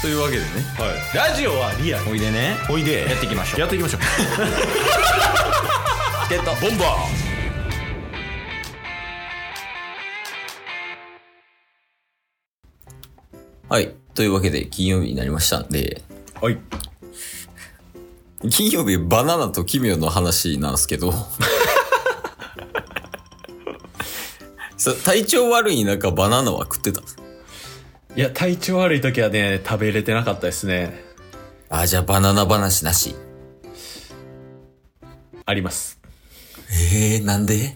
というわけでねはい、ラジオはリアルおいでねおいでやっていきましょうやっていきましょうゲットボンバはいというわけで金曜日になりましたんでーはい金曜日バナナと奇妙の話なんですけ どさ体調悪い中バナナは食ってたんですいや体調悪い時はね食べれてなかったですねあじゃあバナナ話なしありますえー、なんで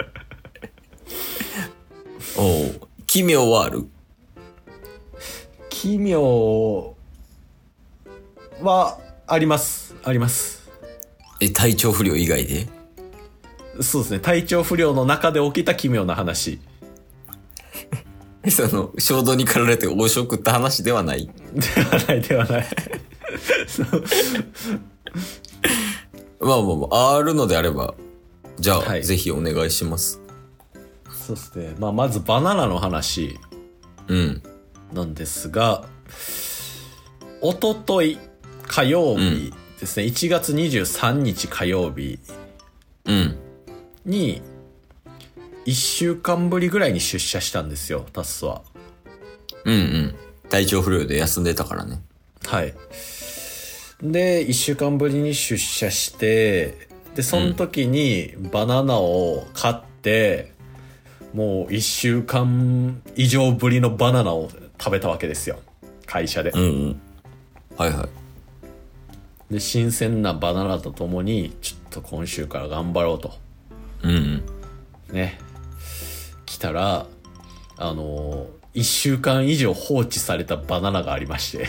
おう奇妙はある奇妙はありますありますえ体調不良以外で そうですね体調不良の中で起きた奇妙な話その衝動に駆られて王将食った話ではないではないではないまあまあまああるのであればじゃあ、はいぜひお願いしますそうですね、まあ、まずバナナの話うんなんですが一昨日火曜日ですね、1月23日火曜日うんに1週間ぶりぐらいに出社したんですよタッスはうんうん体調不良で休んでたからねはいで1週間ぶりに出社してでその時にバナナを買って、もう1週間以上ぶりのバナナを食べたわけですよ会社で、うんうんはいはいで新鮮なバナナとともにちょっと今週から頑張ろうと うんうんね来たらあの1週間以上放置されたバナナがありまして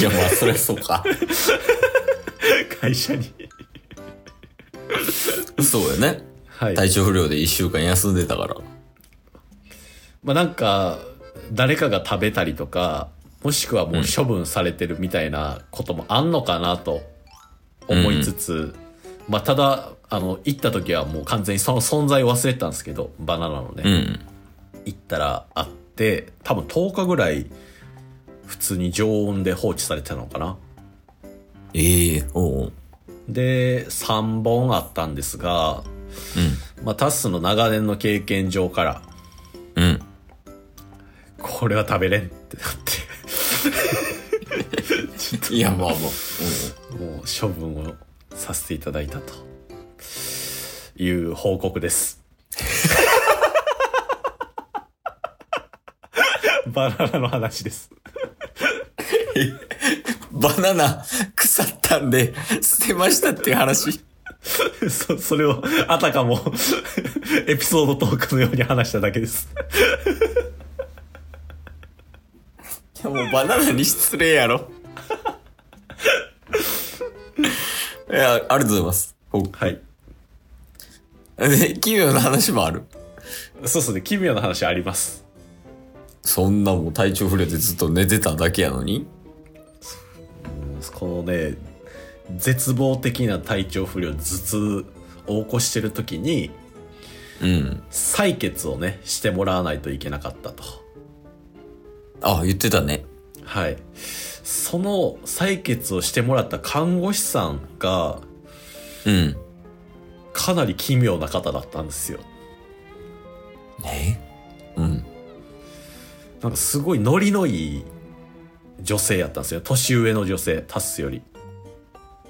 いやまあそりゃそうか 会社に そうやねは い体調不良で1週間休んでたからまあなんか誰かが食べたりとかもしくはもう処分されてるみたいなこともあんのかなと思いつつ、まあただあの行った時はもう完全にその存在を忘れてたんですけどバナナのね、うん行ったらあって多分10日ぐらい普通に常温で放置されてたのかなええおうで3本あったんですが、まあ、タスの長年の経験上からうんうんこれは食べれんってなっ いやまあまあ、てもう処分をさせていただいたという報告です バナナの話ですうん、バナナ腐ったんで捨てましたっていう話そ、それを、あたかも、エピソードトークのように話しただけです。いやもうバナナに失礼やろ。 いや、ありがとうございます。ほはい。で、奇妙な話もある。そうそうね、奇妙な話あります。そんなもう体調不良でずっと寝てただけやのに。このね、絶望的な体調不良、頭痛を起こしてる時に、うん。採血をね、してもらわないといけなかったと。あ、言ってたね。はい。その採血をしてもらった看護師さんが、うん。かなり奇妙な方だったんですよ。えうん。なんかすごいノリのいい女性やったんですよ。年上の女性、タッスより。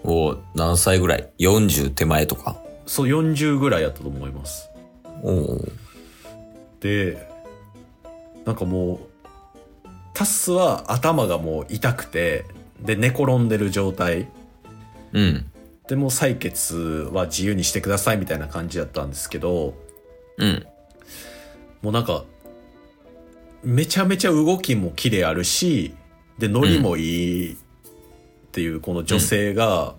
お何歳ぐらい ?40 手前とか。そう40ぐらいやったと思いますおうでなんかもうタスは頭がもう痛くてで寝転んでる状態うん。でもう採血は自由にしてくださいみたいな感じだったんですけどうん。もうなんかめちゃめちゃ動きも綺麗あるしでノリもいいっていうこの女性が、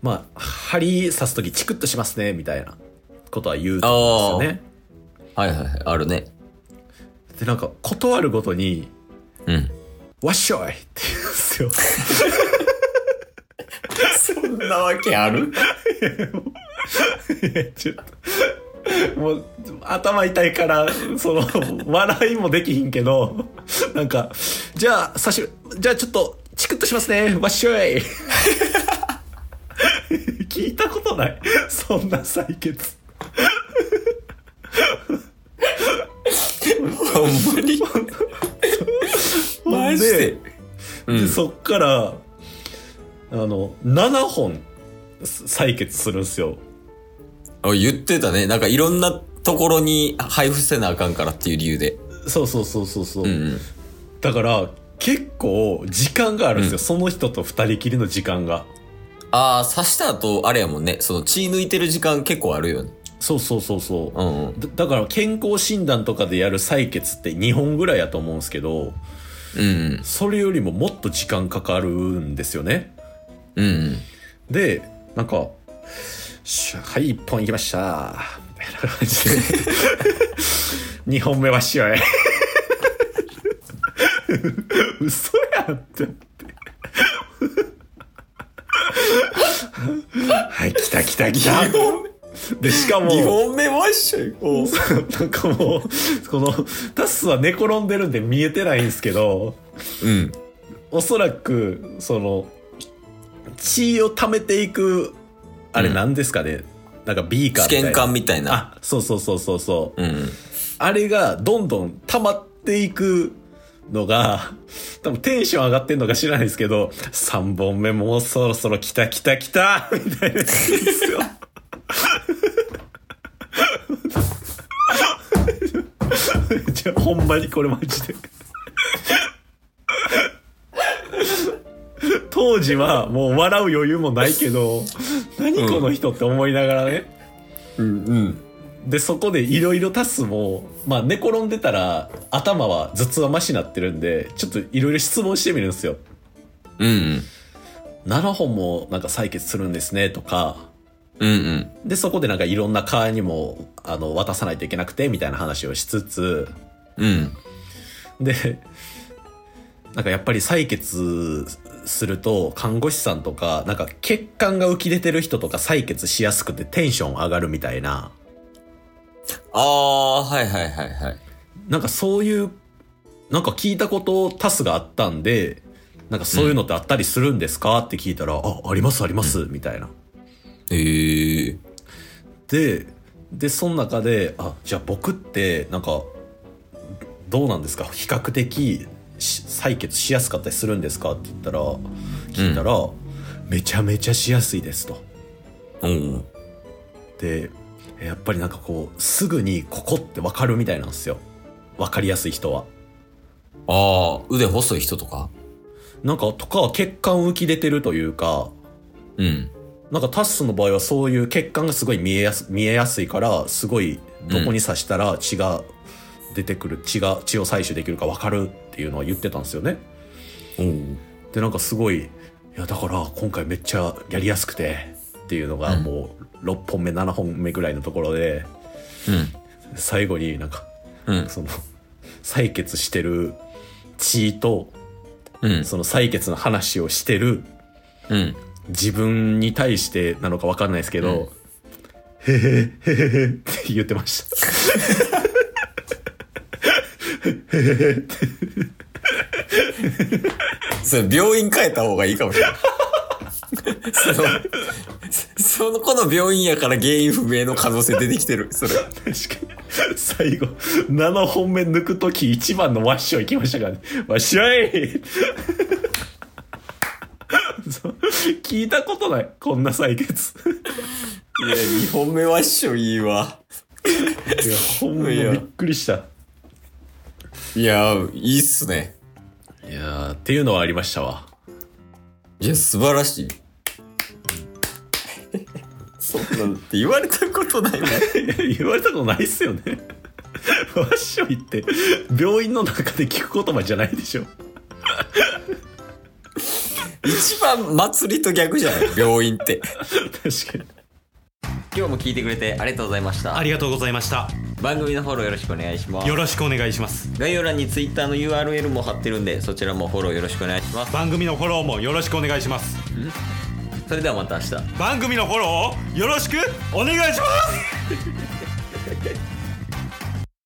まあ針刺す時チクッとしますねみたいなことは言うと思うんですよね。はいはいはい。あるね。でなんか断るごとにうん。 「わっしょい!」って言うんですよそんなわけあるいやちょっともう頭痛いから、その、笑いもできひんけど、なんか、じゃあ、さし、じゃあちょっと、チクッとしますね、わっしょい。 聞いたことない。そんな採血。 ほんまにマジで。でそっから、あの、7本、採血するんすよ。あ言ってたね。なんかいろんなところに配布せなあかんからっていう理由で。そうそうそうそうそう。うんうん。だから、結構、時間があるんですよ。うんその人と二人きりの時間が。ああ、刺した後、あれやもんね。その血抜いてる時間結構あるよね。そうそうそうそう。うんうん。だだから健康診断とかでやる採血って2本ぐらいやと思うんですけどうんそれよりももっと時間かかるんですよねうん。うんうん。でなんかよっしゃ「はい1本いきました」みたいな感じで2本目はしよい嘘やんって思ってはい来た来た来たでしかも2本目ワッシュおうなんかもう、この、タスは寝転んでるんで見えてないんですけど、うん。おそらく、その、血を溜めていく、あれうん何ですかね、なんかビーカー試みたいな。験管みたいな。あ、そうそうそうそうそう。うんうん。あれがどんどん溜まっていくのが、 多分テンション上がってんのか知らないですけど、3本目もうそろそろ来た来た来たみたいなやつですよ。 じゃあほんまにこれマジで。当時はもう笑う余裕もないけど、何この人って思いながらね。うんうん。でそこでいろいろタスも、まあ、寝転んでたら頭は頭痛はマシになってるんでちょっといろいろ質問してみるんですようんうん。 7本もなんか採血するんですねとかうんうん。でそこでなんかいろんな川にもあの渡さないといけなくてみたいな話をしつつうん。でなんかやっぱり採血すると看護師さんとかなんか血管が浮き出てる人とか採血しやすくてテンション上がるみたいなああ、はいはいはいはい。なんかそういう、なんか聞いたことタスがあったんで、なんかそういうのってあったりするんですか、って聞いたら、あ、ありますあります、みたいな。ええー。で、で、その中で、あ、じゃあ僕って、なんか、どうなんですか比較的し採血しやすかったりするんですかって言ったら、聞いたら、めちゃめちゃしやすいですと。うん。で、やっぱりなんかこう、すぐにここってわかるみたいなんですよ。わかりやすい人は。ああ、腕細い人とかなんか、とか、血管浮き出てるというか、うん。なんかタッスの場合はそういう血管がすごい見えやす見えやすいからすごいどこに刺したら血が出てくる、血が血を採取できるか分かるっていうのは言ってたんですよねおうん。でなんかすごいいやだから今回めっちゃやりやすくてっていうのがうんもう6本目7本目ぐらいのところで最後になんかうん。その採血してる血とうん。その採血の話をしてるうん。自分に対してなのか分かんないですけど、へへへへへって言ってました。それ病院変えた方がいいかもしれない。その、その子の病院やから原因不明の可能性出てきてる。それ。確かに。最後、7本目抜くとき一番のワッショイ行きましたからね。ワッショイそう聞いたことない。こんな採血。いや、2本目はっしょいいわ。いや、ほんまいびやっくりした。いや、いいっすね。いやー、っていうのはありましたわ。いや、素晴らしい。そんなんって言われたことないね。言われたことないっすよね。ワッショイって、病院の中で聞く言葉じゃないでしょ。一番祭りと逆じゃない病院って。確かに。今日も聞いてくれてありがとうございましたあ。りがとうございました。番組のフォローよろしくお願いしますよろしくお願いします。概要欄に Twitter の URL も貼ってるんでそちらもフォローよろしくお願いします番組のフォローもよろしくお願いします。それではまた明日番組のフォローをよろしくお願いします